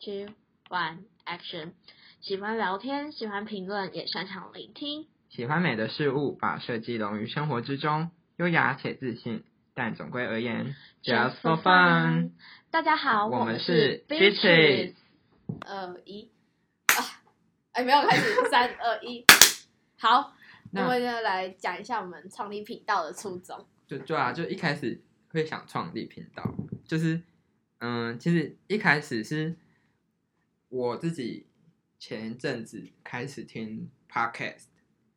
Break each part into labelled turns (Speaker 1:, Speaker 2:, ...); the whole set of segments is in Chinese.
Speaker 1: two one action。喜欢聊天，喜欢评论，也擅长聆听。
Speaker 2: 喜欢美的事物，把设计融于生活之中，优雅且自信。但总归而言，just for fun。
Speaker 1: 大家好，
Speaker 2: 我
Speaker 1: 们
Speaker 2: 们
Speaker 1: 是
Speaker 2: 是
Speaker 1: Bitches
Speaker 2: Bitches。
Speaker 3: 二呃一啊，哎，没有开始，三二一，好，
Speaker 2: 那
Speaker 3: 那我们就来讲一下我们创立频道的初衷。
Speaker 2: 就对啊，就一开始会想创立频道，就是嗯，其实一开始是我自己前一阵子开始听 podcast，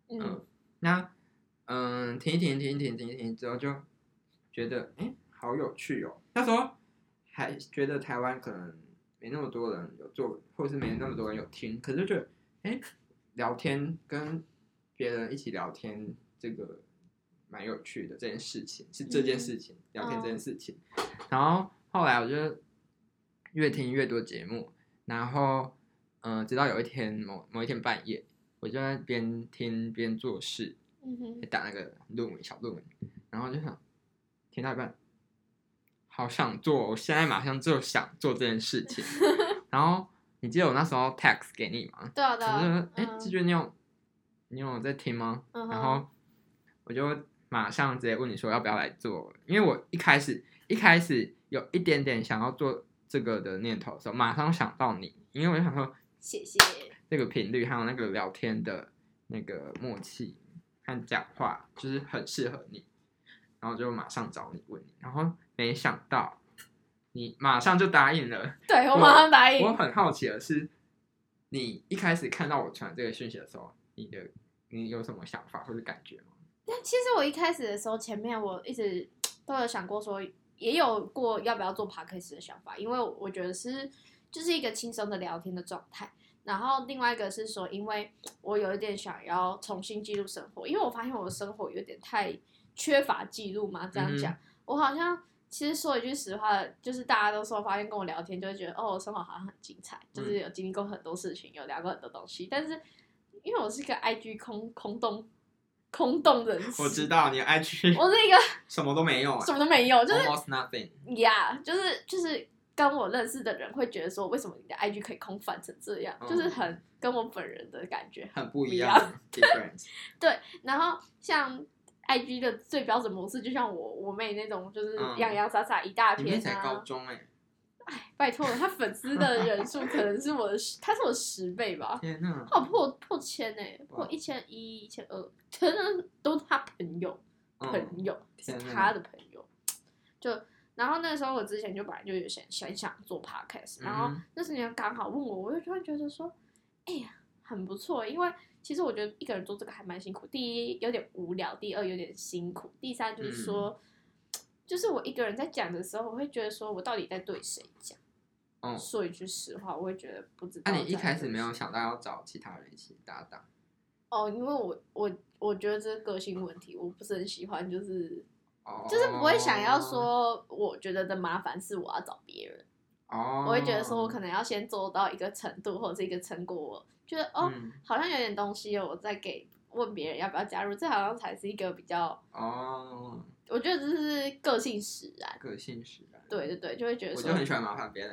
Speaker 3: 嗯，
Speaker 2: 嗯，那嗯，停一停，停一停，停一停之后就觉得，哎、好有趣哦。那时候还觉得台湾可能没那么多人有做，或者是没那么多人有听，可是就觉得，哎、聊天跟别人一起聊天，这个蛮有趣的这件事情，是这件事情，聊天这件事情。然后后来我就越听越多节目，然后嗯、呃直到有一天某某一天半夜，我就在边听边做事，
Speaker 3: 嗯哼，
Speaker 2: 打那个论文小论文，然后就想听到一半，好想做，我现在马上就想做这件事情。然后你记得我那时候 text 给你吗？
Speaker 3: 对啊，对
Speaker 2: 我就
Speaker 3: 啊
Speaker 2: 说，，哎、志娟，你有你有在听吗？
Speaker 3: 嗯哼
Speaker 2: 然后我就马上直接问你说要不要来做，因为我一开始一开始有一点点想要做这个的念头的时候，马上想到你，因为我就想说
Speaker 3: 谢谢，
Speaker 2: 这个频率还有那个聊天的那个默契和讲话，就是很适合你，然后就马上找你问你，然后没想到你马上就答应了。
Speaker 3: 对我马上答应
Speaker 2: 我。很好奇的是，你一开始看到我传这个讯息的时候，你的你有什么想法或者感觉吗？
Speaker 3: 但其实我一开始的时候，前面我一直都有想过说，也有过要不要做 podcast 的想法，因为我觉得是就是一个轻松的聊天的状态。然后另外一个是说，因为我有一点想要重新记录生活，因为我发现我的生活有点太缺乏记录嘛。这样讲，我好像其实说一句实话，就是大家都说，发现跟我聊天就会觉得，哦，我生活好像很精彩，就是有经历过很多事情，有聊过很多东西。但是因为我是一个 IG 空空洞空洞人士，
Speaker 2: 我知道你的 IG
Speaker 3: 我是一个
Speaker 2: 什么都没有、啊
Speaker 3: 什么都没有，就是
Speaker 2: almost nothing。
Speaker 3: 呀就是就是跟我认识的人会觉得说，为什么你的 IG 可以空泛成这样，
Speaker 2: 嗯
Speaker 3: 就是很跟我本人的感觉。
Speaker 2: 很不一
Speaker 3: 一
Speaker 2: 样的 ，different。
Speaker 3: 然后像 IG 的最标准模式，就像我我妹那种，就是
Speaker 2: 嗯
Speaker 3: 洋洋洒洒一大
Speaker 2: 你妹
Speaker 3: 篇
Speaker 2: 才高
Speaker 3: 啊。
Speaker 2: 中哎、
Speaker 3: 拜托，她粉丝的人数可能是我的，十，她是我的十倍吧。
Speaker 2: 天哪！
Speaker 3: 哦，破破千呢、欸破
Speaker 2: 哇
Speaker 3: 一千一、一千二，真的都是他朋友。
Speaker 2: 嗯，
Speaker 3: 朋友，是
Speaker 2: 天哪
Speaker 3: 他的朋友。就然后那时候我之前就本来就有想想想做 podcast，然后
Speaker 2: 嗯哼
Speaker 3: 那时候你刚好问我，我就突然觉得说，哎呀，很不错，欸因为其实我觉得一个人做这个还蛮辛苦。第一有点无聊，第二有点辛苦，第三就是
Speaker 2: 嗯
Speaker 3: 说，就是我一个人在讲的时候，我会觉得说我到底在对谁讲。
Speaker 2: 嗯，
Speaker 3: 说一句实话，我会觉得不知道
Speaker 2: 那、
Speaker 3: 在对谁。
Speaker 2: 你一开始没有想到要找其他人一起搭档？
Speaker 3: 哦，因为我我我觉得这是个性问题，我不是很喜欢，就是
Speaker 2: 哦，
Speaker 3: 就是不会想要说，我觉得的麻烦是我要找别人，
Speaker 2: 哦，
Speaker 3: 我会觉得说我可能要先做到一个程度或者是一个成果，我觉得哦、
Speaker 2: 嗯
Speaker 3: 好像有点东西哦，我再给问别人要不要加入，这好像才是一个比较，
Speaker 2: 哦，
Speaker 3: 我觉得这是个性使然。
Speaker 2: 个性使然。
Speaker 3: 对对对，就会觉得
Speaker 2: 我
Speaker 3: 说
Speaker 2: 就很喜欢麻烦 别人。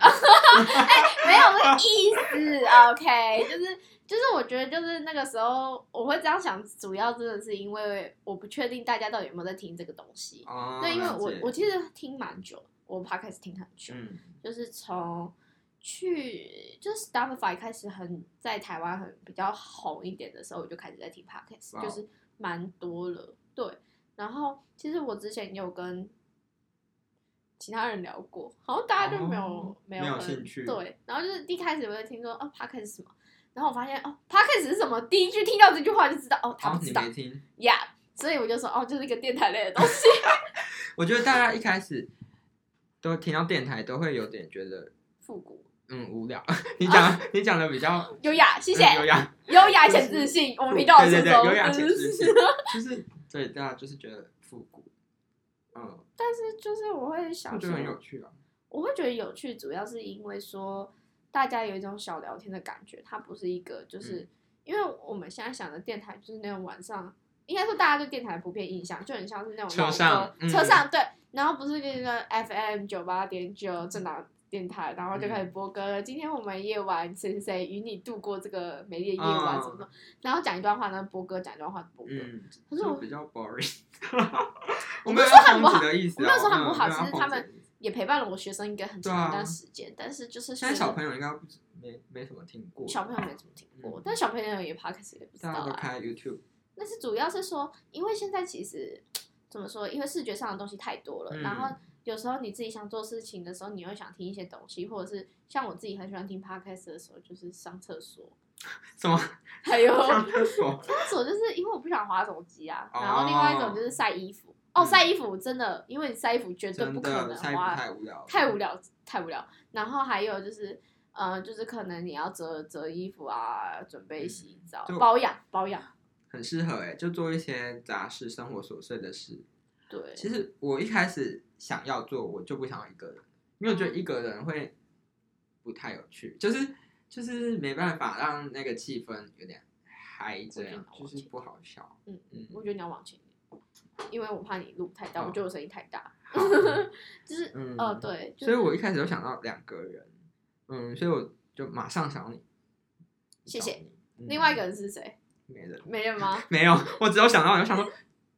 Speaker 3: 没有那个意思，OK，就是就是我觉得就是那个时候我会这样想，主要真的是因为我不确定大家到底有没有在听这个东西。
Speaker 2: 哦，
Speaker 3: 对，因为
Speaker 2: 了
Speaker 3: 我
Speaker 2: 解
Speaker 3: 我其实听蛮久，我 podcast 听很久，
Speaker 2: 嗯
Speaker 3: 就是从去就是 Spotify 开始很在台湾很比较红一点的时候，我就开始在听 podcast，、
Speaker 2: 哇哦
Speaker 3: 就是蛮多了。对，然后其实我之前也有跟其他人聊过，好像大家就没有、
Speaker 2: 哦
Speaker 3: 没有
Speaker 2: 没有
Speaker 3: 很
Speaker 2: 兴趣
Speaker 3: 对，然后就是一开始我就听说哦 podcast 是什么，然后我发现哦 podcast 是什么，第一句听到这句话就知道哦他
Speaker 2: 哦
Speaker 3: 不
Speaker 2: 你
Speaker 3: 知道
Speaker 2: 没听？
Speaker 3: 呀所以我就说哦就是一个电台类的东西。
Speaker 2: 我觉得大家一开始都听到电台，都会有点觉得
Speaker 3: 复古
Speaker 2: 嗯无聊。你讲、你讲的比 较
Speaker 3: 优雅，啊谢谢
Speaker 2: 嗯优雅，
Speaker 3: 优雅且自信，我们频道的初
Speaker 2: 对
Speaker 3: 衷，
Speaker 2: 对对，优雅且自信 就是对大家就是觉得复古，嗯，
Speaker 3: 但是就是我会
Speaker 2: 我
Speaker 3: 想
Speaker 2: 觉
Speaker 3: 说
Speaker 2: 得，很有趣啊。
Speaker 3: 我会觉得有趣，主要是因为说大家有一种小聊天的感觉，它不是一个就是、
Speaker 2: 嗯
Speaker 3: 因为我们现在想的电台就是那种晚上，应该说大家对电台的普遍印象就很像是那种
Speaker 2: 车
Speaker 3: 老
Speaker 2: 上
Speaker 3: 歌
Speaker 2: 嗯
Speaker 3: 车上对，然后不是跟那个 FM 九八点九正大电台，然后就开始播歌。今天我们夜晚谁谁谁与你度过这个美丽的夜晚
Speaker 2: 嗯
Speaker 3: 什么的，然后讲一段话，然后播歌，讲一段话播歌。
Speaker 2: 嗯，
Speaker 3: 可是我
Speaker 2: 就比较 boring。
Speaker 3: 我
Speaker 2: 没
Speaker 3: 不
Speaker 2: 有
Speaker 3: 是说
Speaker 2: 要
Speaker 3: 很不
Speaker 2: 控
Speaker 3: 好
Speaker 2: 制的意思哦，
Speaker 3: 我没有说很
Speaker 2: 嗯
Speaker 3: 不
Speaker 2: 没有
Speaker 3: 好
Speaker 2: 要
Speaker 3: 其实
Speaker 2: 控
Speaker 3: 他
Speaker 2: 制
Speaker 3: 们
Speaker 2: 的意思
Speaker 3: 也陪伴了我学生一个很长一
Speaker 2: 对
Speaker 3: 段
Speaker 2: 啊
Speaker 3: 时间，但是就是
Speaker 2: 现在
Speaker 3: 随着
Speaker 2: 小朋友应该不知没没什么听过，
Speaker 3: 小朋友没怎么听过
Speaker 2: 嗯，
Speaker 3: 但小朋友也 podcast 也不知道
Speaker 2: 大家都
Speaker 3: 啊。
Speaker 2: 开 YouTube，
Speaker 3: 但是主要是说，因为现在其实怎么说，因为视觉上的东西太多了，
Speaker 2: 嗯
Speaker 3: 然后有时候你自己想做事情的时候，你又想听一些东西，或者是像我自己很喜欢听 podcast 的时候，就是上厕所，
Speaker 2: 什么
Speaker 3: 还 有
Speaker 2: 上
Speaker 3: 上
Speaker 2: 厕 所？
Speaker 3: 厕所就是因为我不想滑手机啊，
Speaker 2: 哦
Speaker 3: 然后另外一种就是晒衣服。哦，
Speaker 2: 嗯
Speaker 3: 晒衣服真的，因为你晒衣服绝对不
Speaker 2: 真
Speaker 3: 可能
Speaker 2: 的太不
Speaker 3: 花
Speaker 2: 太无聊了，
Speaker 3: 太无聊，太无聊。然后还有就是，呃，就是可能你要折折衣服啊，准备洗澡、
Speaker 2: 嗯就
Speaker 3: 保养保养。
Speaker 2: 很适合哎、就做一些杂事，生活琐碎的事。
Speaker 3: 对，
Speaker 2: 其实我一开始想要做，我就不想要一个人，因为我觉
Speaker 3: 嗯
Speaker 2: 得一个人会不太有趣，就是就是没办法让那个气氛有点嗨，这样
Speaker 3: 我觉得
Speaker 2: 就是不好笑。
Speaker 3: 嗯
Speaker 2: 嗯，
Speaker 3: 我觉 得你要往前一点，因为我怕你录太大，
Speaker 2: 好
Speaker 3: 我觉得我声音太大，
Speaker 2: 好
Speaker 3: 就是，
Speaker 2: 嗯
Speaker 3: 哦，对，就
Speaker 2: 所以我一
Speaker 3: 是
Speaker 2: 开始就想到两个人，嗯，所以我就马上想你，
Speaker 3: 谢谢
Speaker 2: 找你。嗯
Speaker 3: 另外一个人是谁？
Speaker 2: 没人，
Speaker 3: 没人吗？
Speaker 2: 没有，我只有想到，我就想说，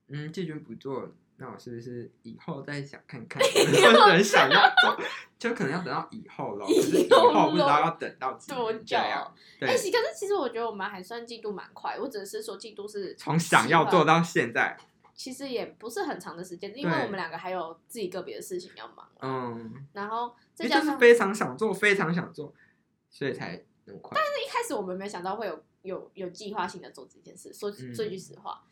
Speaker 2: 嗯，季军不做，那我是不是以后再想看看？我很想要做，就可能要等到以后咯。可是以后不知道要等到几
Speaker 3: 多
Speaker 2: 年这
Speaker 3: 久
Speaker 2: 样？
Speaker 3: 哎、
Speaker 2: 对，
Speaker 3: 其可是其实我觉得我们还算进度蛮快，我只是说进度是
Speaker 2: 从想要做
Speaker 3: 到，
Speaker 2: 到现在，
Speaker 3: 其实也不是很长的时间，因为
Speaker 2: 对
Speaker 3: 我们两个还有自己个别的事情要忙，
Speaker 2: 嗯，
Speaker 3: 然后再
Speaker 2: 也
Speaker 3: 加
Speaker 2: 就是
Speaker 3: 上
Speaker 2: 非常想做，非常想做，所以才那么快。
Speaker 3: 一开始我们没想到会有有有计划性的做这件事，说
Speaker 2: 嗯
Speaker 3: 说句实话，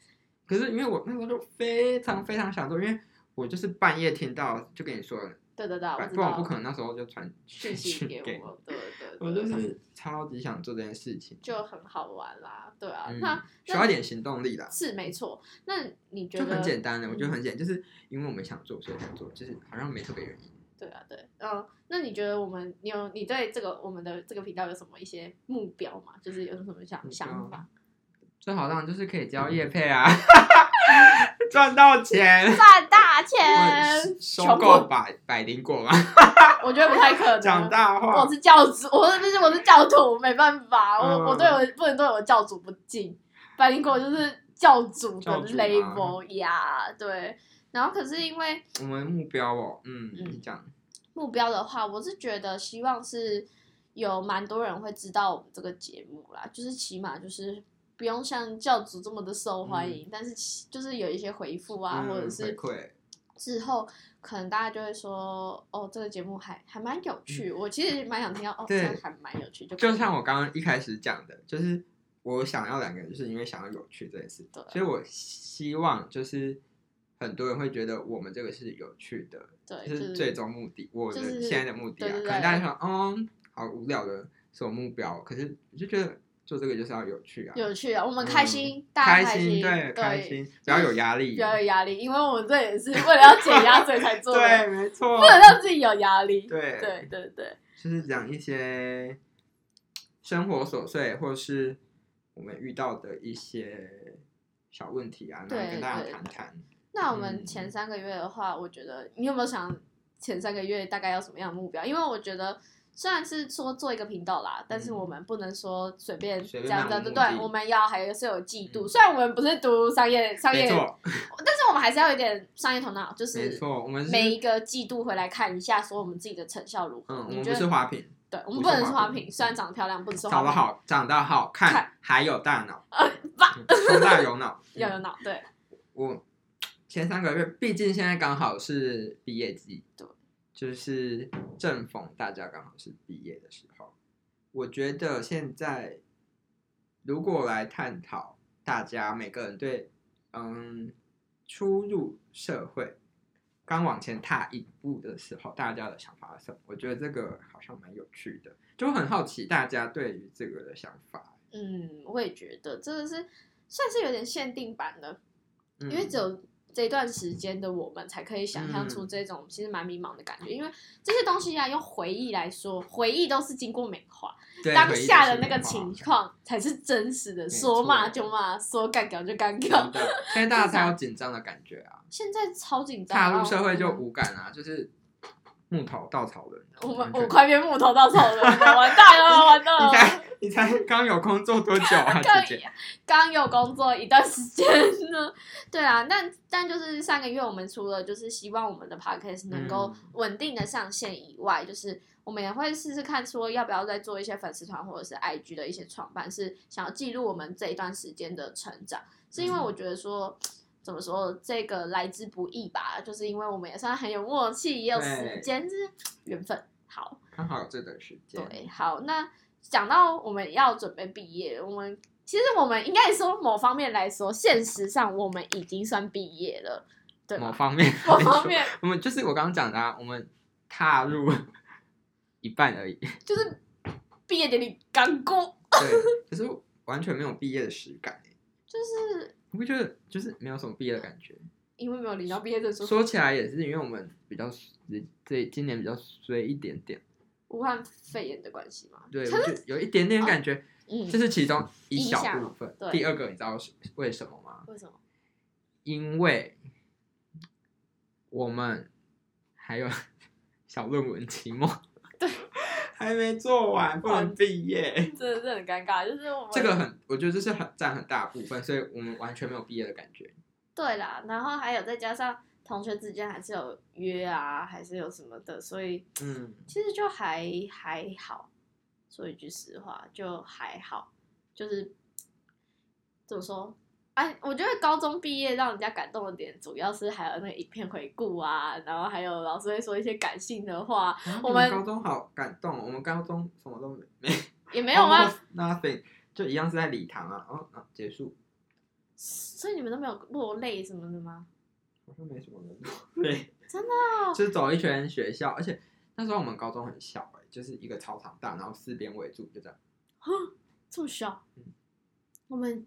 Speaker 2: 可是因为我那时候就非常非常想做，因为我就是半夜听到就跟你说了，
Speaker 3: 对对对，啊我知
Speaker 2: 哎不然
Speaker 3: 道，
Speaker 2: 我不可能那时候就传
Speaker 3: 讯息给
Speaker 2: 我，
Speaker 3: 我，嗯对对对，
Speaker 2: 我就是超级想做这件事情。
Speaker 3: 就很好玩啦，对啊，
Speaker 2: 嗯
Speaker 3: 那
Speaker 2: 需要一点行动力啦，
Speaker 3: 是没错，那你觉
Speaker 2: 就
Speaker 3: 得
Speaker 2: 很简单的，我觉得
Speaker 3: 嗯
Speaker 2: 很简单，就是因为我们想做，所以才做，就是好像没特别原因。
Speaker 3: 对啊，对，嗯，那你觉得我们，你有你对这个我们的这个频道有什么一些目标吗？就是有什么想
Speaker 2: 目标
Speaker 3: 想法？
Speaker 2: 最好当然就是可以交业配啊， 赚到钱，
Speaker 3: 赚大
Speaker 2: 我
Speaker 3: 钱，
Speaker 2: 收购百百灵果嘛，
Speaker 3: 我觉得不太可能。
Speaker 2: 讲大话
Speaker 3: 我。是教主，我是我是教徒，没办法，我、
Speaker 2: 嗯
Speaker 3: 我对我不能对我教主不敬。百灵果就是教主的
Speaker 2: 教主吗啊
Speaker 3: label 呀，对。然后可是因为
Speaker 2: 我们目标哦，嗯，
Speaker 3: 嗯
Speaker 2: 你讲，
Speaker 3: 目标的话，我是觉得希望是有蛮多人会知道我们这个节目啦，就是起码就是不用像教主这么的受欢迎，但是起就是有一些回复啊，
Speaker 2: 嗯
Speaker 3: 或者是
Speaker 2: 回馈
Speaker 3: 之后可能大家就会说，哦，这个节目还还蛮有趣，我其实蛮想听到，哦，
Speaker 2: 嗯对
Speaker 3: 这还蛮有趣，就
Speaker 2: 就像我刚刚一开始讲的，就是我想要两个人，就是因为想要有趣这件事，
Speaker 3: 对
Speaker 2: 所以我希望就是很多人会觉得我们这个是有趣的，
Speaker 3: 对，
Speaker 2: 就
Speaker 3: 就是
Speaker 2: 最终目的，我的
Speaker 3: 就是
Speaker 2: 现在的目的啊，
Speaker 3: 对对
Speaker 2: 可能大家说，嗯，好无聊的是我目标，可是我就觉得做这个就是要有趣啊，
Speaker 3: 有趣啊，我们开心，大家
Speaker 2: 开对，
Speaker 3: 心，对，
Speaker 2: 开心，不要有压力，
Speaker 3: 不要有压力，因为我们这也是为了要解压所以才做 的，
Speaker 2: 对，没错
Speaker 3: 不，能让自己有压力，
Speaker 2: 对
Speaker 3: 对对对。
Speaker 2: 就是讲一些生活琐碎，或是我们遇到的一些小问题啊，然
Speaker 3: 对
Speaker 2: 后跟大家
Speaker 3: 对
Speaker 2: 谈谈。
Speaker 3: 那我们
Speaker 2: 嗯
Speaker 3: 前三个月的话，我觉得你有没有想前三个月大概要什么样的目标？因为我觉得虽然是说做一个频道啦，但是
Speaker 2: 嗯
Speaker 3: 我们不能说随便这
Speaker 2: 随便
Speaker 3: 样这
Speaker 2: 漫无
Speaker 3: 样对
Speaker 2: 目的
Speaker 3: 对，我们要还是有季度。
Speaker 2: 嗯
Speaker 3: 虽然我们不是读商业商业，
Speaker 2: 没
Speaker 3: 但
Speaker 2: 错，
Speaker 3: 是我们还是要有点商业头脑，就
Speaker 2: 没
Speaker 3: 是
Speaker 2: 错，我们是
Speaker 3: 每一个季度回来看一下，说我们自己的成效如何。
Speaker 2: 嗯，我
Speaker 3: 你
Speaker 2: 们
Speaker 3: 觉
Speaker 2: 不是
Speaker 3: 得？
Speaker 2: 花瓶，
Speaker 3: 对，我们
Speaker 2: 不是
Speaker 3: 不能说
Speaker 2: 花
Speaker 3: 花
Speaker 2: 瓶
Speaker 3: 瓶，虽然长得漂亮，不能说花
Speaker 2: 长得
Speaker 3: 瓶，
Speaker 2: 好，长得好看
Speaker 3: 啊看，
Speaker 2: 还有大 脑，
Speaker 3: 吧
Speaker 2: 嗯胸大有脑，嗯
Speaker 3: 要有脑。对，
Speaker 2: 我前三个月，毕竟现在刚好是毕业季，
Speaker 3: 对，
Speaker 2: 就是正逢大家刚好是毕业的时候。我觉得现在如果来探讨大家每个人对嗯初入社会刚往前踏一步的时候，大家的想法是什么？我觉得这个好像蛮有趣的，就很好奇大家对于这个的想法。
Speaker 3: 嗯，我也觉得这个是算是有点限定版的
Speaker 2: 嗯
Speaker 3: 因为只有这段时间的我们才可以想象出
Speaker 2: 嗯
Speaker 3: 这种其实蛮迷茫的感觉，因为这些东西啊，用回忆来说，回忆都是经过美化，
Speaker 2: 对
Speaker 3: 当
Speaker 2: 回忆
Speaker 3: 下
Speaker 2: 是
Speaker 3: 的那
Speaker 2: 美
Speaker 3: 个
Speaker 2: 化
Speaker 3: 情况才是真实的，说
Speaker 2: 错嗯
Speaker 3: 骂就骂，说干掉就干
Speaker 2: 真
Speaker 3: 掉。
Speaker 2: 的现在大家才有紧张的感觉啊。
Speaker 3: 现在超紧张，啊
Speaker 2: 踏
Speaker 3: 然
Speaker 2: 入
Speaker 3: 后
Speaker 2: 社会就
Speaker 3: 嗯
Speaker 2: 无感啊，就是木头稻草人。啊
Speaker 3: 我
Speaker 2: 完
Speaker 3: 们
Speaker 2: 全
Speaker 3: 我快变木头稻草人了，完蛋了，完蛋
Speaker 2: 你
Speaker 3: 了。
Speaker 2: 才你才刚有空做多久 啊，
Speaker 3: 刚
Speaker 2: 姐姐？
Speaker 3: 刚有工作一段时间呢， 对啊，但但就是上个月我们除了就是希望我们的 podcast 能够
Speaker 2: 嗯
Speaker 3: 稳定的上线以外，就是我们也会试试看说要不要再做一些粉丝团或者是 IG 的一些创办，是想要记录我们这一段时间的成长，是因为
Speaker 2: 嗯
Speaker 3: 我觉得说。怎么说？这个来之不易吧，就是因为我们也算很有默契，也有时
Speaker 2: 对
Speaker 3: 间，就是缘分。好，
Speaker 2: 刚好有这段时间。
Speaker 3: 对，好，那讲到我们要准备毕业，我们其实我们应该说某方面来说，现实上我们已经算毕业了，对
Speaker 2: 某
Speaker 3: 吗？
Speaker 2: 方面，
Speaker 3: 某方，面
Speaker 2: 我们就是我刚刚讲的啊，我们踏入一半而已，
Speaker 3: 就是毕业典礼刚过，
Speaker 2: 对，可是完全没有毕业的实感欸。
Speaker 3: 就是
Speaker 2: 你不觉得就是没有什么毕业的感觉？
Speaker 3: 因为没有领到毕业证书，
Speaker 2: 说起来也是，因为我们比较这今年比较衰一点点，
Speaker 3: 武汉肺炎的关系嘛。
Speaker 2: 对，我就有一点点感觉，
Speaker 3: 嗯，
Speaker 2: 这是其中一
Speaker 3: 影
Speaker 2: 小
Speaker 3: 响
Speaker 2: 部分。
Speaker 3: 对
Speaker 2: 第二个你知道是为什么吗？
Speaker 3: 为什么？
Speaker 2: 因为我们还有 小论文期末，对，还没做完，不
Speaker 3: 哦
Speaker 2: 能毕业。
Speaker 3: 真的是很尴尬，就是我们
Speaker 2: 这个很，我觉得这是很占很大部分，所以我们完全没有毕业的感觉。
Speaker 3: 对啦，然后还有再加上同学之间还是有约啊，还是有什么的，所以
Speaker 2: 嗯，
Speaker 3: 其实就还还好，说一句实话，就还好，就是怎么说？哎、我觉得高中毕业让人家感动的点，主要是还有那个影片回顾啊，然后还有老师会说一些感性的话，
Speaker 2: 啊
Speaker 3: 我们
Speaker 2: 你高中好感动哦，我们高中什么都没没
Speaker 3: 也没有 啊，
Speaker 2: almost，nothing，就一样是在礼堂啊，哦，啊结束，
Speaker 3: 所以你们都没有落泪什么的吗？
Speaker 2: 好像没什么人。对，
Speaker 3: 真的哦
Speaker 2: 就是走一圈学校，而且那时候我们高中很小哎、就是一个操场大，然后四边围住，就这样。
Speaker 3: 这么小
Speaker 2: 嗯，
Speaker 3: 我们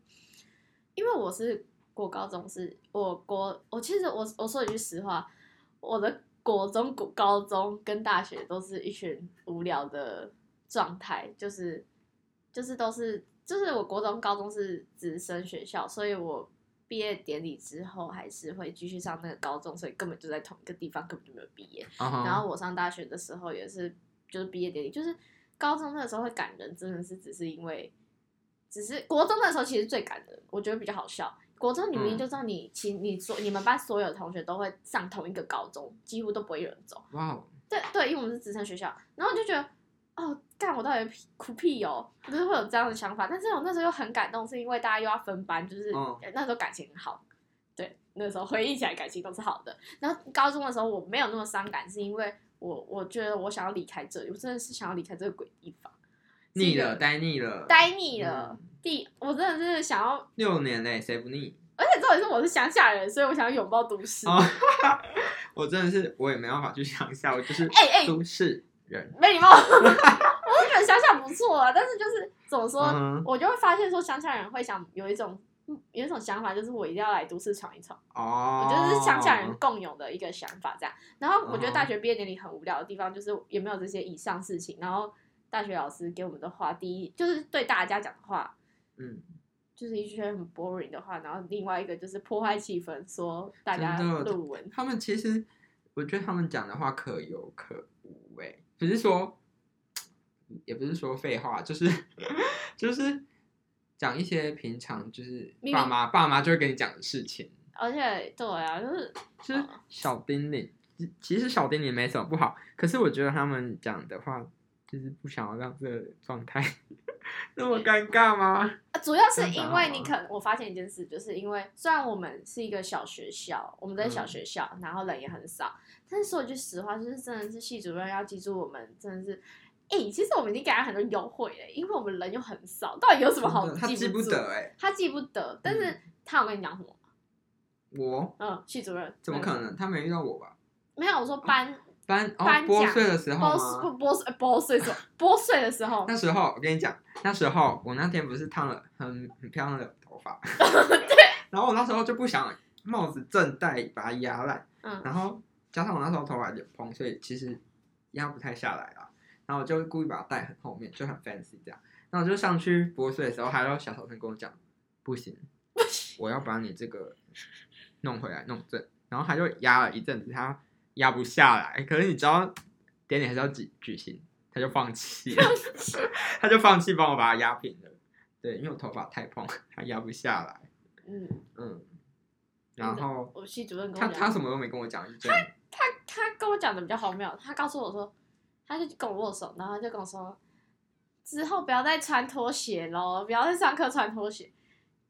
Speaker 3: 因为我是国高中是，我国我其实我我说一句实话，我的国中、国高中跟大学都是一群无聊的状态，就是就是都是就是我国中、高中是直升学校，所以我毕业典礼之后还是会继续上那个高中，所以根本就在同一个地方，根本就没有毕业。然
Speaker 2: 然
Speaker 3: 后我上大学的时候也是，就是毕业典礼，就是高中那时候会感人，真的是只是因为，只是国中的时候其实最感人，我觉得比较好笑。国中你明
Speaker 2: 嗯
Speaker 3: 明就知道你，其你所你们班所有同学都会上同一个高中，几乎都不会有人走。
Speaker 2: 哇哦，
Speaker 3: 对对，因为我们是职称学校，然后我就觉得，哦，干我到底屁哭屁哦，就是会有这样的想法。但是我那时候又很感动，是因为大家又要分班，就是、
Speaker 2: 嗯
Speaker 3: 那时候感情很好，对，那时候回忆起来感情都是好的。然后高中的时候我没有那么伤感，是因为我我觉得我想要离开这里，我真的是想要离开这个鬼地方，是一
Speaker 2: 腻
Speaker 3: 个
Speaker 2: 了，待腻了，
Speaker 3: 待腻了。
Speaker 2: 嗯
Speaker 3: 第，我真的是想要，
Speaker 2: 六年嘞，谁不腻？
Speaker 3: 而且重点是我是乡下人，所以我想要拥抱都市。
Speaker 2: 哦， 我真的是我也没办法去想一下，我就是
Speaker 3: 哎哎
Speaker 2: 都市人。
Speaker 3: 没礼貌。 我是觉得乡下不错啊，但是就是怎么说，
Speaker 2: 嗯哼
Speaker 3: 我就会发现说乡下人会想有一种嗯有一种想法，就是我一定要来都市闯一闯，
Speaker 2: 哦，
Speaker 3: 我觉得是乡下人共有的一个想法这样。然后我觉得
Speaker 2: 嗯
Speaker 3: 大学毕业典礼很无聊的地方，就是也没有这些以上事情。然后大学老师给我们的话，第一就是对大家讲的话。
Speaker 2: 嗯，
Speaker 3: 就是一圈很 boring 的话，然后另外一个就是破坏气氛，说大家
Speaker 2: 真的
Speaker 3: 论文
Speaker 2: 他们其实我觉得他们讲的话可有可无、欸，哎，只是说，也不是说废话，就是就是讲一些平常就是
Speaker 3: 明明
Speaker 2: 爸妈爸妈就会跟你讲的事情，
Speaker 3: 而且对啊，就是
Speaker 2: 就是
Speaker 3: 啊
Speaker 2: 小叮咛。其其实小叮咛没什么不好，可是我觉得他们讲的话就是不想要让这个状态 那么尴尬 吗？
Speaker 3: 啊主要是
Speaker 2: 这样讲
Speaker 3: 因
Speaker 2: 好
Speaker 3: 为你
Speaker 2: 吗
Speaker 3: 可能我发现一件事，就是因为虽然我们是一个小学校，我们在小学校，然后人也很少，但是说一句实话，就是真的是系主任要记住我们，真的是，哎、其实我们已经给他很多优惠了，因为我们人又很少，到底有什么好
Speaker 2: 真的他记
Speaker 3: 不
Speaker 2: 不
Speaker 3: 住
Speaker 2: 得哎、欸，
Speaker 3: 他记不得，但是他有跟你讲什么？
Speaker 2: 我
Speaker 3: 嗯，系主任
Speaker 2: 怎么可？能？他没遇到我吧？
Speaker 3: 没有，我说班
Speaker 2: 班哦
Speaker 3: 颁奖
Speaker 2: 剥碎的时候
Speaker 3: 剥
Speaker 2: 吗？
Speaker 3: 碎剥碎剥碎的时候，剥碎的时候，
Speaker 2: 那时候我跟你讲，那时候我那天不是烫了很很漂亮的头 发，然后我那时候就不想帽子正戴把它压烂，
Speaker 3: 嗯，
Speaker 2: 然后加上我那时候头发有点蓬，所以其实压不太下来啦。然后我就故意把它戴很后面，就很 fancy 这样。那我就上去拨穗的时候，还有小小声跟我讲，不行，我要把你这个弄回来弄正。然后他就压了一阵子，他压不下来。可是你知道典礼还是要举举行，他就放弃了，他就放弃帮我把它压平了。对，因为我头发太蓬，他压不下来。
Speaker 3: 嗯，
Speaker 2: 嗯，然后
Speaker 3: 我系主任跟
Speaker 2: 他
Speaker 3: 我
Speaker 2: 他
Speaker 3: 讲，
Speaker 2: 什么都没跟我讲，就这样。
Speaker 3: 他他跟我讲的比较巧妙，他告诉我说，他就跟我握手，然后他就跟我说，之后不要再穿拖鞋喽，不要再上课穿拖鞋。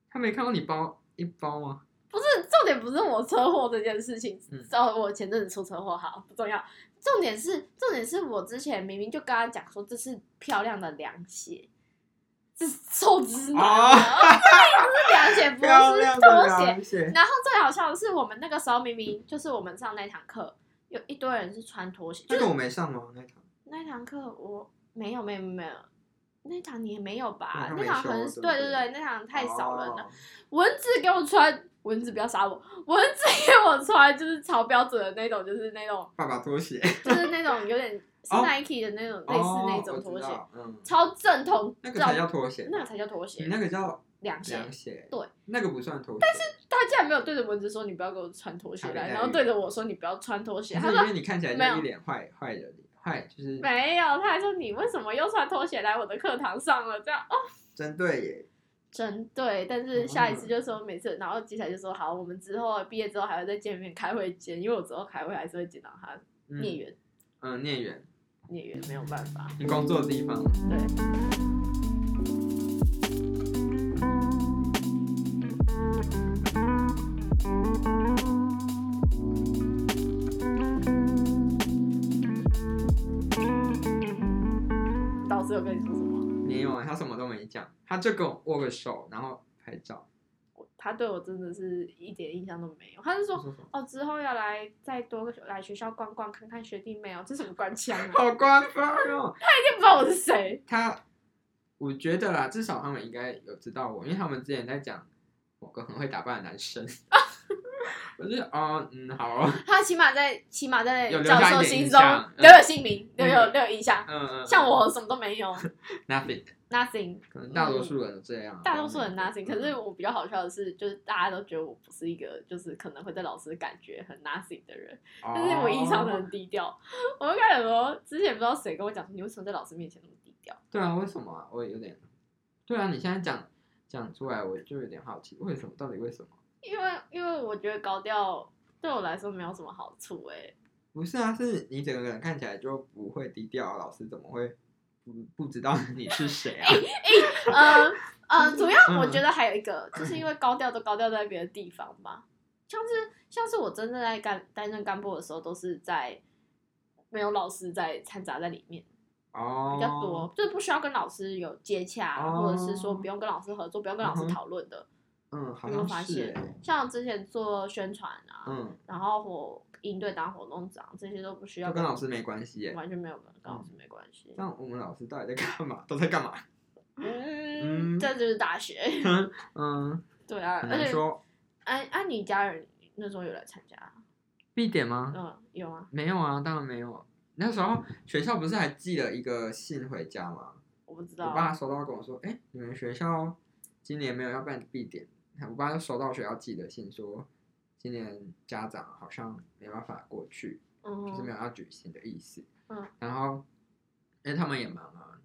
Speaker 2: 他没看到你包一包吗？
Speaker 3: 不是重点，不是我车祸这件事情
Speaker 2: 嗯。
Speaker 3: 哦，我前阵子出车祸，好不重要。重点是，重点是我之前明明就跟他讲说这是漂亮的凉鞋，这是臭直男啊！
Speaker 2: 哦
Speaker 3: 这明明不是凉
Speaker 2: 漂
Speaker 3: 鞋，
Speaker 2: 亮
Speaker 3: 不
Speaker 2: 的啊
Speaker 3: 是拖鞋。
Speaker 2: 凉鞋，
Speaker 3: 然后最好笑的是，我们那个时候明明就是我们上那堂课，有一堆人是穿拖鞋，
Speaker 2: 那
Speaker 3: 就是
Speaker 2: 个我没上吗？那堂
Speaker 3: 那堂课我没有没有没有，那堂你也没有吧？
Speaker 2: 那堂
Speaker 3: 那
Speaker 2: 没
Speaker 3: 堂很
Speaker 2: 修对不
Speaker 3: 对
Speaker 2: 对
Speaker 3: 对对，那堂太少人了。
Speaker 2: 哦
Speaker 3: 蚊子给我穿，蚊子不要杀我，蚊子给我穿就是超标准的那种，就是那种
Speaker 2: 爸爸拖鞋，
Speaker 3: 就是那种有点是
Speaker 2: 哦
Speaker 3: Nike 的那种、类似那
Speaker 2: 哦
Speaker 3: 种拖，
Speaker 2: 我知
Speaker 3: 鞋，
Speaker 2: 道嗯，
Speaker 3: 超正统，
Speaker 2: 那个才叫
Speaker 3: 正
Speaker 2: 拖鞋，
Speaker 3: 那个才叫拖鞋
Speaker 2: 你，那个叫
Speaker 3: 凉鞋。
Speaker 2: 凉鞋，
Speaker 3: 对，
Speaker 2: 那个不算拖鞋，但是
Speaker 3: 他竟然没有对着蚊子说你不要给我穿拖鞋
Speaker 2: 差点
Speaker 3: 来，
Speaker 2: 待遇
Speaker 3: 然后对着我说你不要穿拖鞋，他
Speaker 2: 因
Speaker 3: 说
Speaker 2: 为你看起来
Speaker 3: 没
Speaker 2: 就
Speaker 3: 有
Speaker 2: 一脸坏坏人，坏就是
Speaker 3: 没有，他还说你为什么又穿拖鞋来我的课堂上了？这样哦，
Speaker 2: 针对耶，
Speaker 3: 真对。但是下一次就说每次，然后接下来就说好，我们之后毕业之后还会再见面开会见，因为我之后开会还是会见到他，
Speaker 2: 嗯
Speaker 3: 孽缘
Speaker 2: 嗯，孽缘，
Speaker 3: 孽缘没有办法。
Speaker 2: 你工作的地方，
Speaker 3: 对。导师有跟你说什么？
Speaker 2: 没有啊，他什么都没讲，他就跟我握个手，然后拍照，
Speaker 3: 我他对我真的是一点印象都没有。他是
Speaker 2: 他
Speaker 3: 说，
Speaker 2: 说什么
Speaker 3: 哦，之后要来再多来学校逛逛，看看学弟妹哦。这什么官腔啊？
Speaker 2: 好官方哦，
Speaker 3: 他不知道我是谁。
Speaker 2: 他，我觉得啦，至少他们应该有知道我，因为他们之前在讲某个很会打扮的男生， 我就哦，嗯，好哦，
Speaker 3: 他起码在起码在
Speaker 2: 有留
Speaker 3: 教
Speaker 2: 下一
Speaker 3: 授
Speaker 2: 点
Speaker 3: 心
Speaker 2: 印
Speaker 3: 中
Speaker 2: 象嗯
Speaker 3: 留有姓名，留有
Speaker 2: 嗯
Speaker 3: 留有印象。
Speaker 2: 嗯嗯，
Speaker 3: 像我什么都没有
Speaker 2: nothing，
Speaker 3: ，nothing，
Speaker 2: 可能大多数人都这样啊，
Speaker 3: 大多数人
Speaker 2: 都没
Speaker 3: nothing。可是我比较好笑的是，就是大家都觉得我不是一个就是可能会对老师感觉很 nothing 的人，但是我异常的
Speaker 2: 哦
Speaker 3: 很低调。 我就开始说，之前不知道谁跟我讲说，你为什么在老师面前那么低调？
Speaker 2: 对啊，为什么啊？我也有点，对啊，你现在讲讲出来，我就有点好奇，为什么？到底为什么？
Speaker 3: 因为因为我觉得高调对我来说没有什么好处哎、
Speaker 2: 不是啊，是你整个人看起来就不会低调啊，老师怎么会不不知道 你是谁啊？
Speaker 3: 呃呃，主要
Speaker 2: 嗯
Speaker 3: 我觉得还有一个，就是因为高调都高调在别的地方吧，像是像是我真正在干担任干部的时候，都是在没有老师在掺杂在里面
Speaker 2: 哦，
Speaker 3: 比较多，就是不需要跟老师有接洽，
Speaker 2: 哦
Speaker 3: 或者是说不用跟老师合作，不用跟老师
Speaker 2: 嗯哼
Speaker 3: 讨论的。
Speaker 2: 嗯，好
Speaker 3: 有没有发
Speaker 2: 像是
Speaker 3: 现
Speaker 2: 欸，
Speaker 3: 像之前做宣传啊，
Speaker 2: 嗯，
Speaker 3: 然后活应对当活动长这些都不需要
Speaker 2: 就跟老师没关系耶。
Speaker 3: 完全没有跟跟老师没关系。
Speaker 2: 像我们老师到底在干嘛？都在干嘛？
Speaker 3: 嗯，
Speaker 2: 嗯
Speaker 3: 这就是大学，
Speaker 2: 嗯，
Speaker 3: 对啊，
Speaker 2: 很
Speaker 3: 而
Speaker 2: 难
Speaker 3: 且。
Speaker 2: 说。
Speaker 3: 哎、啊，你家人那时候有来参加？啊
Speaker 2: 必点吗？
Speaker 3: 嗯，有啊，
Speaker 2: 没有啊，当然没有。那时候学校不是还寄了一个信回家吗？
Speaker 3: 我不知道
Speaker 2: 我爸
Speaker 3: 啊。
Speaker 2: 收到跟我说，哎、你们学校今年没有要办必点，我爸就收到学校寄的信说，今年家长好像没办法过去，就是没
Speaker 3: 嗯，
Speaker 2: 有要举行的意思。
Speaker 3: 嗯，
Speaker 2: 然后因为他们也忙啊，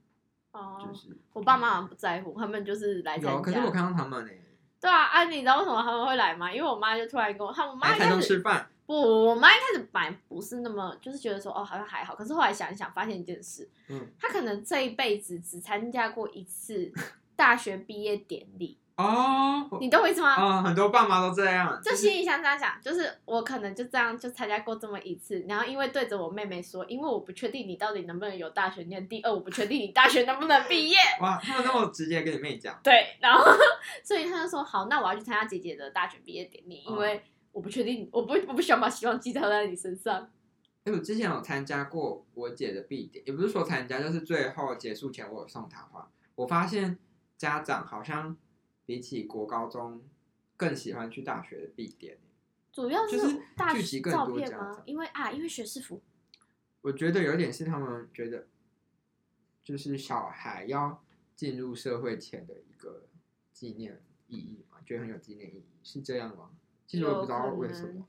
Speaker 3: 哦
Speaker 2: 就，是
Speaker 3: 我爸妈好像不在乎，他们就是来参
Speaker 2: 有，啊可是我
Speaker 3: 加。
Speaker 2: 看到他们呢、
Speaker 3: 对啊，啊，你知道为什么他们会来吗？因为我妈就突然跟我，他我妈
Speaker 2: 来
Speaker 3: 一
Speaker 2: 台
Speaker 3: 开
Speaker 2: 中
Speaker 3: 始
Speaker 2: 吃饭，
Speaker 3: 不，我妈一开始本来不是那么，就是觉得说哦，好像还好。可是后来想一想，发现一件事，
Speaker 2: 嗯，
Speaker 3: 她可能这一辈子只参加过一次大学毕业典礼，
Speaker 2: 哦，我
Speaker 3: 你懂我意思吗？
Speaker 2: 哦，很多爸妈都这样，
Speaker 3: 就心里想想想，就是我可能就这样就参加过这么一次，然后因为对着我妹妹说，因为我不确定你到底能不能有大学念，第二我不确定你大学能不能毕业，
Speaker 2: 哇，他们那么直接跟你妹讲，
Speaker 3: 对，然后所以她就说好，那我要去参加姐姐的大学毕业典礼，因
Speaker 2: 嗯
Speaker 3: 为我不确定，我不我不想把希望寄托在你身上，
Speaker 2: 哎、我之前有参加过我姐的必点，也不是说参加，就是最后结束前我有送她花。我发现家长好像比起国高中更喜欢去大学的必点，
Speaker 3: 主要
Speaker 2: 就是
Speaker 3: 大
Speaker 2: 聚
Speaker 3: 学
Speaker 2: 集更
Speaker 3: 照
Speaker 2: 多
Speaker 3: 片
Speaker 2: 家
Speaker 3: 吗
Speaker 2: 长？
Speaker 3: 因为啊，因为学士服，
Speaker 2: 我觉得有点是他们觉得，就是小孩要进入社会前的一个纪念意义嘛，觉得很有纪念意义，是这样吗？其实我也不知道为什
Speaker 3: 有可能
Speaker 2: 么，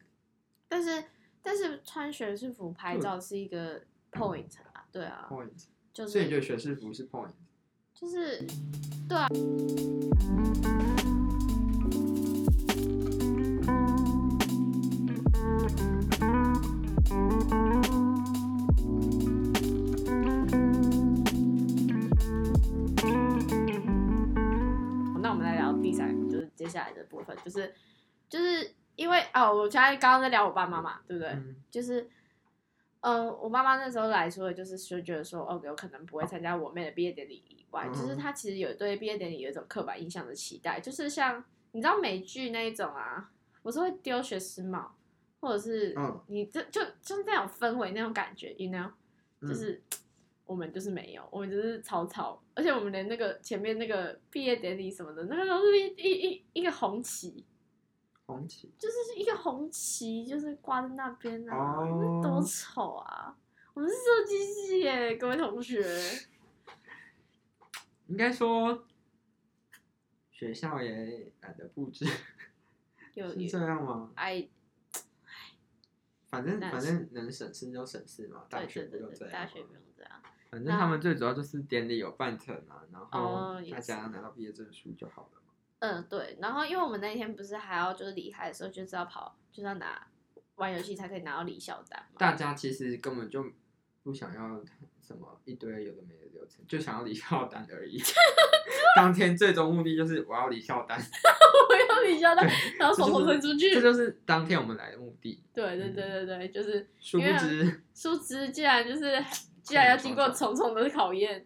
Speaker 3: 但是但是穿学士服拍照是一个 point 啊，对啊，
Speaker 2: point，
Speaker 3: 就
Speaker 2: 所以你觉
Speaker 3: 是
Speaker 2: 得学士服是 point？
Speaker 3: 就是啊那我们来聊第三个，就是接下来的部分，就是就是因为哦，我刚才刚刚在聊我爸妈嘛，对不对？
Speaker 2: 嗯
Speaker 3: 就是，嗯、我妈妈那时候来说，就是就觉得说，哦，有可能不会参加我妹的毕业典礼以外，就是
Speaker 2: 嗯
Speaker 3: 她其实有对毕业典礼有一种刻板印象的期待，就是像你知道美剧那一种啊，我是会丢学士帽，或者是
Speaker 2: 嗯
Speaker 3: 你这就就是那种氛围那种感觉，you know，
Speaker 2: 嗯
Speaker 3: 就是。我们就是没有，我们就是草草，而且我们连那个前面那个毕业典礼什么的，那个都是一一一一个红旗，
Speaker 2: 红旗，
Speaker 3: 就是一个红旗，就是挂在那边啊，
Speaker 2: 哦
Speaker 3: 那多丑啊！我们是设计系耶，各位 同学，
Speaker 2: 应该说学校也懒得布置，
Speaker 3: 有
Speaker 2: 是这样吗？
Speaker 3: 哎，
Speaker 2: 反正
Speaker 3: 但
Speaker 2: 反
Speaker 3: 是
Speaker 2: 正能省事就省事嘛，大
Speaker 3: 对
Speaker 2: 学
Speaker 3: 对
Speaker 2: 不
Speaker 3: 对
Speaker 2: 就这样
Speaker 3: 对，大
Speaker 2: 吗
Speaker 3: 学不用这样，
Speaker 2: 反正他们最主要就是典礼有办成啊，然后
Speaker 3: 哦也
Speaker 2: 大
Speaker 3: 是
Speaker 2: 家拿到毕业证书就好了嘛。
Speaker 3: 嗯对。然后因为我们那一天不是还要就是离开的时候就是要跑，就是要拿玩游戏才可以拿到离校单 嘛，
Speaker 2: 大家其实根本就不想要什么一堆有的没的流程，就想要离校单而已。 当天最终目的就是我要离校单，
Speaker 3: 我 要离校单，然后
Speaker 2: 这
Speaker 3: 手
Speaker 2: 就
Speaker 3: 偷
Speaker 2: 是
Speaker 3: 推出去
Speaker 2: 这，就是嗯当天我们来的目的。
Speaker 3: 对对对对对，就是
Speaker 2: 殊不
Speaker 3: 因为啊
Speaker 2: 知，
Speaker 3: 树枝竟然就是竟然要经过重重的考验。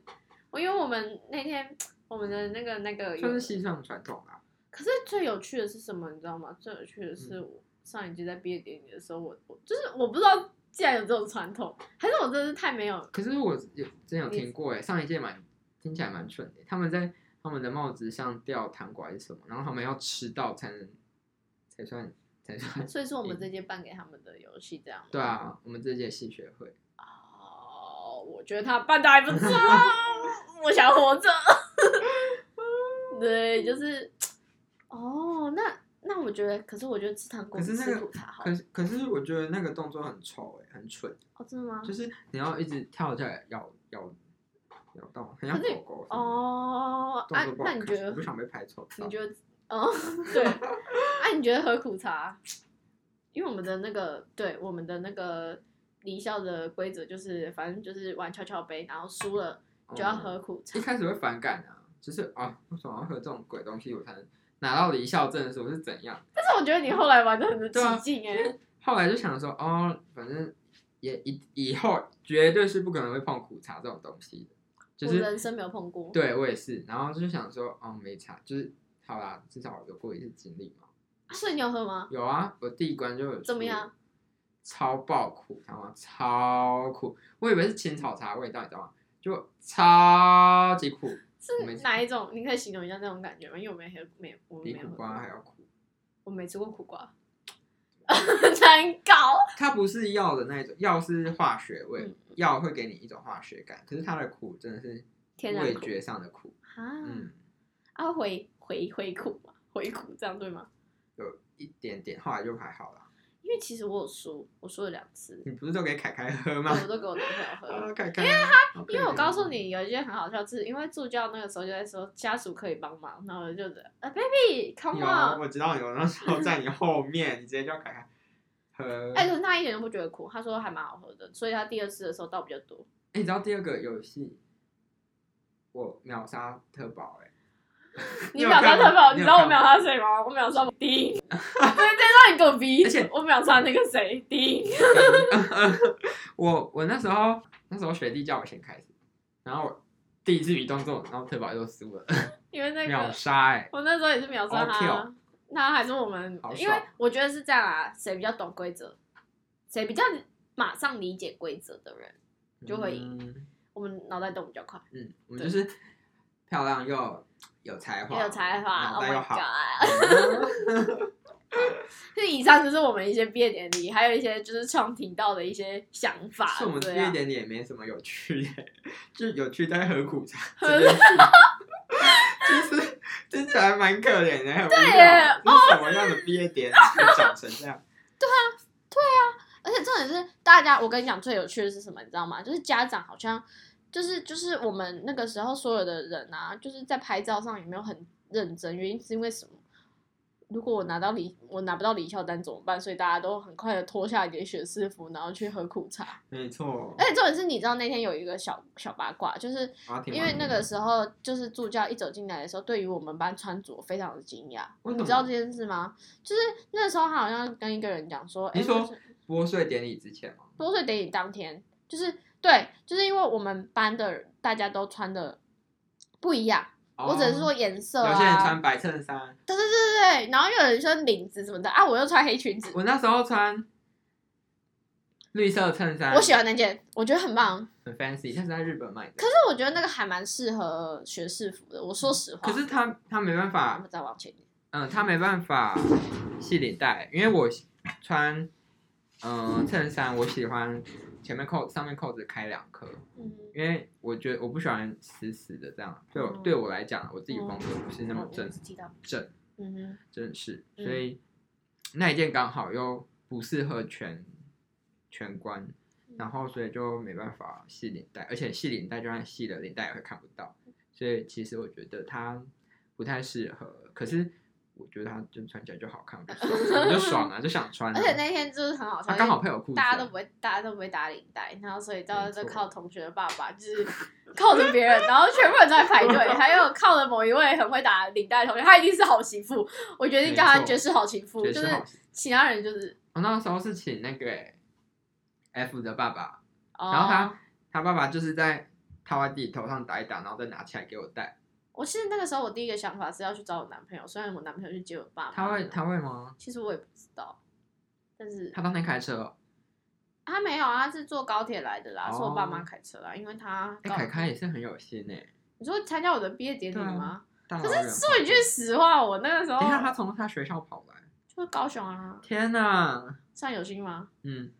Speaker 3: 我因为我们那天我们的那个那个有
Speaker 2: 算是西藏传统啊啦。
Speaker 3: 可是最有趣的是什么？你知道吗？最有趣的
Speaker 2: 嗯
Speaker 3: 是我上一季在毕业典礼的时候，我我就是我不知道竟然有这种传统，还是我真的是太没有
Speaker 2: 可是我有真有
Speaker 3: 你
Speaker 2: 听过哎，上一届蛮听起来蛮蠢的，欸他们在他们的帽子上吊糖果还是什么，然后他们要吃到才能才算才算。
Speaker 3: 所以说我们这届办给他们的游戏这样。
Speaker 2: 对啊，我们这届系学会。
Speaker 3: 哦，我觉得他办的还 不错，我想活着。 对，就是哦，那那我觉得，可是我觉得吃糖果
Speaker 2: 可是
Speaker 3: 比
Speaker 2: 那
Speaker 3: 吃
Speaker 2: 个
Speaker 3: 苦茶好
Speaker 2: 可是可是我觉得那个动作很丑哎、很蠢，
Speaker 3: 哦，真的吗？
Speaker 2: 就是你要一直跳下来咬咬咬到，很像
Speaker 3: 可是
Speaker 2: 狗狗。，
Speaker 3: 哦，
Speaker 2: 动
Speaker 3: 啊
Speaker 2: 作，不好
Speaker 3: 那
Speaker 2: 看，
Speaker 3: 你觉
Speaker 2: 我
Speaker 3: 得
Speaker 2: 不？想被拍丑照？
Speaker 3: 你 觉得？哦，对， 啊，你觉得喝苦茶？因为我们的那个，对我们的那个离校的规则就是，反正就是玩跷跷杯，然后输了
Speaker 2: 嗯
Speaker 3: 就要喝苦 茶
Speaker 2: 一。开始会反感啊，就是啊，为什么要喝这种鬼东西？我才能拿到离校证的时候是怎样？
Speaker 3: 但是我觉得你后来玩的很
Speaker 2: 对啊
Speaker 3: 起劲哎、
Speaker 2: 后来就想说，哦，反正也以以后绝对是不可能会碰苦茶这种东西的，就
Speaker 3: 我人
Speaker 2: 是
Speaker 3: 生没有碰过。
Speaker 2: 对我也是，然后就想说，哦，没茶，就是好啦，至少有过一次经历嘛。
Speaker 3: 啊所以你有喝吗？
Speaker 2: 有啊，我第一关就有
Speaker 3: 怎么样？
Speaker 2: 超爆苦，然后超苦，我以为是青草茶的味道，你知道吗？就超级苦，我没
Speaker 3: 是
Speaker 2: 吃
Speaker 3: 哪一种？你可以形容一下那种感觉吗？因为我没喝，没我
Speaker 2: 比
Speaker 3: 没有喝
Speaker 2: 苦
Speaker 3: 过
Speaker 2: 瓜还要苦。
Speaker 3: 我没吃过苦瓜， 难搞。
Speaker 2: 它不是药的那一种，药是化学味
Speaker 3: 嗯，
Speaker 2: 药、会给你一种化学感，可是它的苦真的是
Speaker 3: 天然
Speaker 2: 味
Speaker 3: 苦
Speaker 2: 觉上的苦，
Speaker 3: 啊，
Speaker 2: 嗯，
Speaker 3: 啊回回回苦嘛，回苦这样对吗？
Speaker 2: 有一点点，后来就还好啦。
Speaker 3: 因为其实我有输，我输了两次，
Speaker 2: 你不是都给凯凯喝吗
Speaker 3: 对？我都给我男朋友
Speaker 2: 啊，
Speaker 3: 喝。
Speaker 2: 凯凯，因为他
Speaker 3: 因为我告诉，你有一件很好笑，是因为助教那个时候就在说家属可以帮忙，然后我就觉得
Speaker 2: 有
Speaker 3: 啊
Speaker 2: 啊
Speaker 3: ，baby，come on，
Speaker 2: 我知道有，那时候在你后面，你直接叫凯凯喝。
Speaker 3: 哎，可是他一点都不觉得苦，他说还蛮好喝的，所以他第二次的时候倒比较 多。
Speaker 2: 欸你知道第二个游戏，我秒杀特保哎、
Speaker 3: 你秒杀特保，你知道我
Speaker 2: 秒
Speaker 3: 秒杀谁吗？我秒杀 丁，对对，让你给我逼，
Speaker 2: 而且
Speaker 3: 我秒杀那个谁丁，
Speaker 2: 我我那时候那时候学弟叫我先开始，然后我第一次比动作，然后特保就输了，
Speaker 3: 因为那
Speaker 2: 秒
Speaker 3: 个
Speaker 2: 杀哎、
Speaker 3: 我那时候也是秒
Speaker 2: 好
Speaker 3: 杀他
Speaker 2: kill，
Speaker 3: 那还是我们
Speaker 2: 好，爽
Speaker 3: 因为我觉得是这样啊，谁比较懂规则，谁比较马上理解规则的人，就会赢
Speaker 2: 嗯。
Speaker 3: 我们脑袋动比较快，
Speaker 2: 嗯，我们就是漂亮又有才华，
Speaker 3: 有才华
Speaker 2: 脑
Speaker 3: ，Oh
Speaker 2: 袋又
Speaker 3: my
Speaker 2: 好。
Speaker 3: god！所以以上就是我们一些毕业典礼，还有一些就是创频道的一些想法，啊
Speaker 2: 是我们
Speaker 3: 这
Speaker 2: 这一
Speaker 3: 样。
Speaker 2: 点点也没什么有趣耶，就有趣在喝苦茶
Speaker 3: 喝
Speaker 2: 这件事， 就是听起来蛮可怜的，很无
Speaker 3: 耶
Speaker 2: 聊。这是什么样的毕业典礼会长成这样？
Speaker 3: 而且重重点是大家，我跟你讲最有趣的是什么，你知道吗？就是家长好像就是就是我们那个时候所有的人啊，就是在拍照上也没有很认真，原因是因为什么？如果我拿到离我拿不到离校单怎么办？所以大家都很快的脱下你的学士服，然后去喝苦茶。
Speaker 2: 没错。
Speaker 3: 而且重点是，你知道那天有一个小小八卦，就是
Speaker 2: 我要听
Speaker 3: 因
Speaker 2: 完
Speaker 3: 为
Speaker 2: 你
Speaker 3: 那个时候就是助教一走进来的时候，对于我们班穿着非常的惊讶。
Speaker 2: 为什么
Speaker 3: 你知道这件事吗？就是那时候他好像跟一个人讲说，哎、
Speaker 2: 你
Speaker 3: 就
Speaker 2: 说
Speaker 3: 是
Speaker 2: 拨穗典礼之前吗？
Speaker 3: 多岁典礼当天，就是对，就是因为我们班的人大家都穿的不一样，我只是说
Speaker 2: 哦
Speaker 3: 颜色啊，
Speaker 2: 有些人穿白衬衫，
Speaker 3: 对对对对对，然后又有人穿领子什么的啊，我又穿黑裙子，
Speaker 2: 我那时候穿绿色衬衫，
Speaker 3: 我喜欢那件，我觉得很棒。
Speaker 2: 很 fancy，但是在日本买的。
Speaker 3: 可是我觉得那个还蛮适合学士服的，我说实话。
Speaker 2: 可是他他没办
Speaker 3: 我
Speaker 2: 法
Speaker 3: 们，再往前一点，
Speaker 2: 嗯，他没办法系领带，因为我穿嗯衬衫，我喜欢前面扣上面扣子开两颗，
Speaker 3: 嗯。
Speaker 2: 因为我觉得我不喜欢死死的这样，对我、
Speaker 3: 嗯
Speaker 2: 对我来讲，我自己风格不是那么
Speaker 3: 哦我
Speaker 2: 正
Speaker 3: 只知道，
Speaker 2: 正
Speaker 3: 嗯哼，
Speaker 2: 正式，
Speaker 3: 嗯
Speaker 2: 所以那一件刚好又不适合全全关，
Speaker 3: 嗯
Speaker 2: 然后所以就没办法系领带，而且系领带就算系了，领带也会看不到，所以其实我觉得它不太适合，可是。我觉得它就穿起来就好看，我就爽，我就爽啊，就想穿、啊。
Speaker 3: 而且那天就是很好
Speaker 2: 它
Speaker 3: 穿，
Speaker 2: 刚好配我裤子、啊，
Speaker 3: 大家都不会，大家都不会打领带，然后所以到
Speaker 2: 没
Speaker 3: 就
Speaker 2: 错
Speaker 3: 靠同学的爸爸，就是靠着别人，然后全部人都在排队，还有靠着某一位很会打领带的同学，他一定是好媳妇，我决定叫他
Speaker 2: 没错
Speaker 3: 绝世好媳妇，
Speaker 2: 绝
Speaker 3: 就
Speaker 2: 世
Speaker 3: 是
Speaker 2: 好媳
Speaker 3: 其他人就是，
Speaker 2: 我那时候是请那个、欸 F 的爸爸，
Speaker 3: 哦、
Speaker 2: 然后他他爸爸就是在他把自己头上打一打，然后再拿起来给我戴。
Speaker 3: 我其实那个时候我第一个想法是要去找我男朋友，虽然我男朋友去接我爸妈，
Speaker 2: 他会他会吗？
Speaker 3: 其实我也不知道，但是
Speaker 2: 他当天开车、哦，
Speaker 3: 他没有啊，他是坐高铁来的啦，
Speaker 2: 哦
Speaker 3: 是我爸妈开车啦，因为他
Speaker 2: 哎、
Speaker 3: 高
Speaker 2: 凯凯也是很有心哎、欸。
Speaker 3: 你说参加我的毕业典礼
Speaker 2: 对啊
Speaker 3: 吗？
Speaker 2: 大老
Speaker 3: 可
Speaker 2: 远
Speaker 3: 是哦
Speaker 2: 跑
Speaker 3: 说一句实话，我那个时候
Speaker 2: 等一下他从他学校跑来，
Speaker 3: 就是高雄啊，
Speaker 2: 天哪！
Speaker 3: 上有心吗？
Speaker 2: 嗯，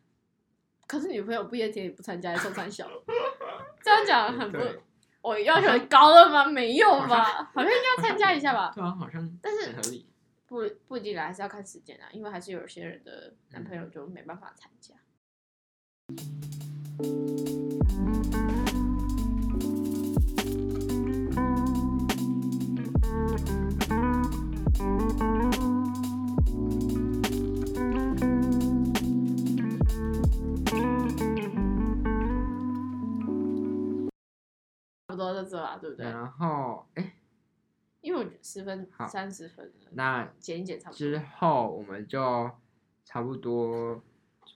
Speaker 3: 可是女朋友毕业典礼不参加，受伤小， 这样讲啊很不，
Speaker 2: 对，
Speaker 3: 我要求很高了吗？没有
Speaker 2: 好
Speaker 3: 吧，好像应该参加一下吧。
Speaker 2: 对啊，好像
Speaker 3: 但是
Speaker 2: 很合理。
Speaker 3: 不不一定啦，还是要看时间啊，因为还是有些人的男
Speaker 2: 嗯
Speaker 3: 朋友就没办法参加。差不多就这啦，对不对？
Speaker 2: 然后哎、
Speaker 3: 因为我觉得十分
Speaker 2: 好
Speaker 3: 三十分了，
Speaker 2: 那
Speaker 3: 减一减差不多
Speaker 2: 之。后我们就差不多，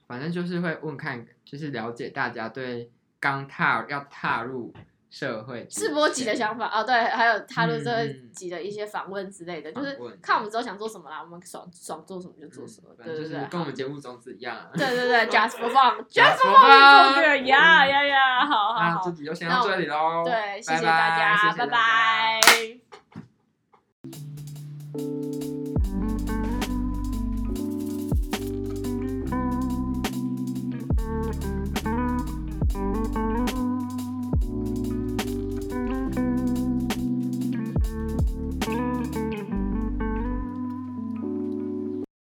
Speaker 2: 反正就是会问看，就是了解大家对刚踏要踏入社会之
Speaker 3: 世波集的
Speaker 2: 前
Speaker 3: 想法哦，对，还有他对这
Speaker 2: 嗯嗯
Speaker 3: 集的一些访问之类的，就
Speaker 2: 访
Speaker 3: 是
Speaker 2: 问
Speaker 3: 看我们之后想做什么啦，我们爽爽做什么就做什么，
Speaker 2: 嗯反
Speaker 3: 对
Speaker 2: 正
Speaker 3: 对
Speaker 2: 就
Speaker 3: 对
Speaker 2: 是，跟我们节目宗旨一样啊。
Speaker 3: 对对对，just for fun，just
Speaker 2: for
Speaker 3: for fun，
Speaker 2: fun
Speaker 3: 这个呀呀呀，好好
Speaker 2: 那
Speaker 3: 好
Speaker 2: 这，啊集就先
Speaker 3: 那
Speaker 2: 到
Speaker 3: 我
Speaker 2: 这
Speaker 3: 们
Speaker 2: 里喽，
Speaker 3: 对，谢
Speaker 2: 拜
Speaker 3: 谢大
Speaker 2: 拜
Speaker 3: 家，
Speaker 2: 谢谢
Speaker 3: 拜
Speaker 2: 大家
Speaker 3: 拜。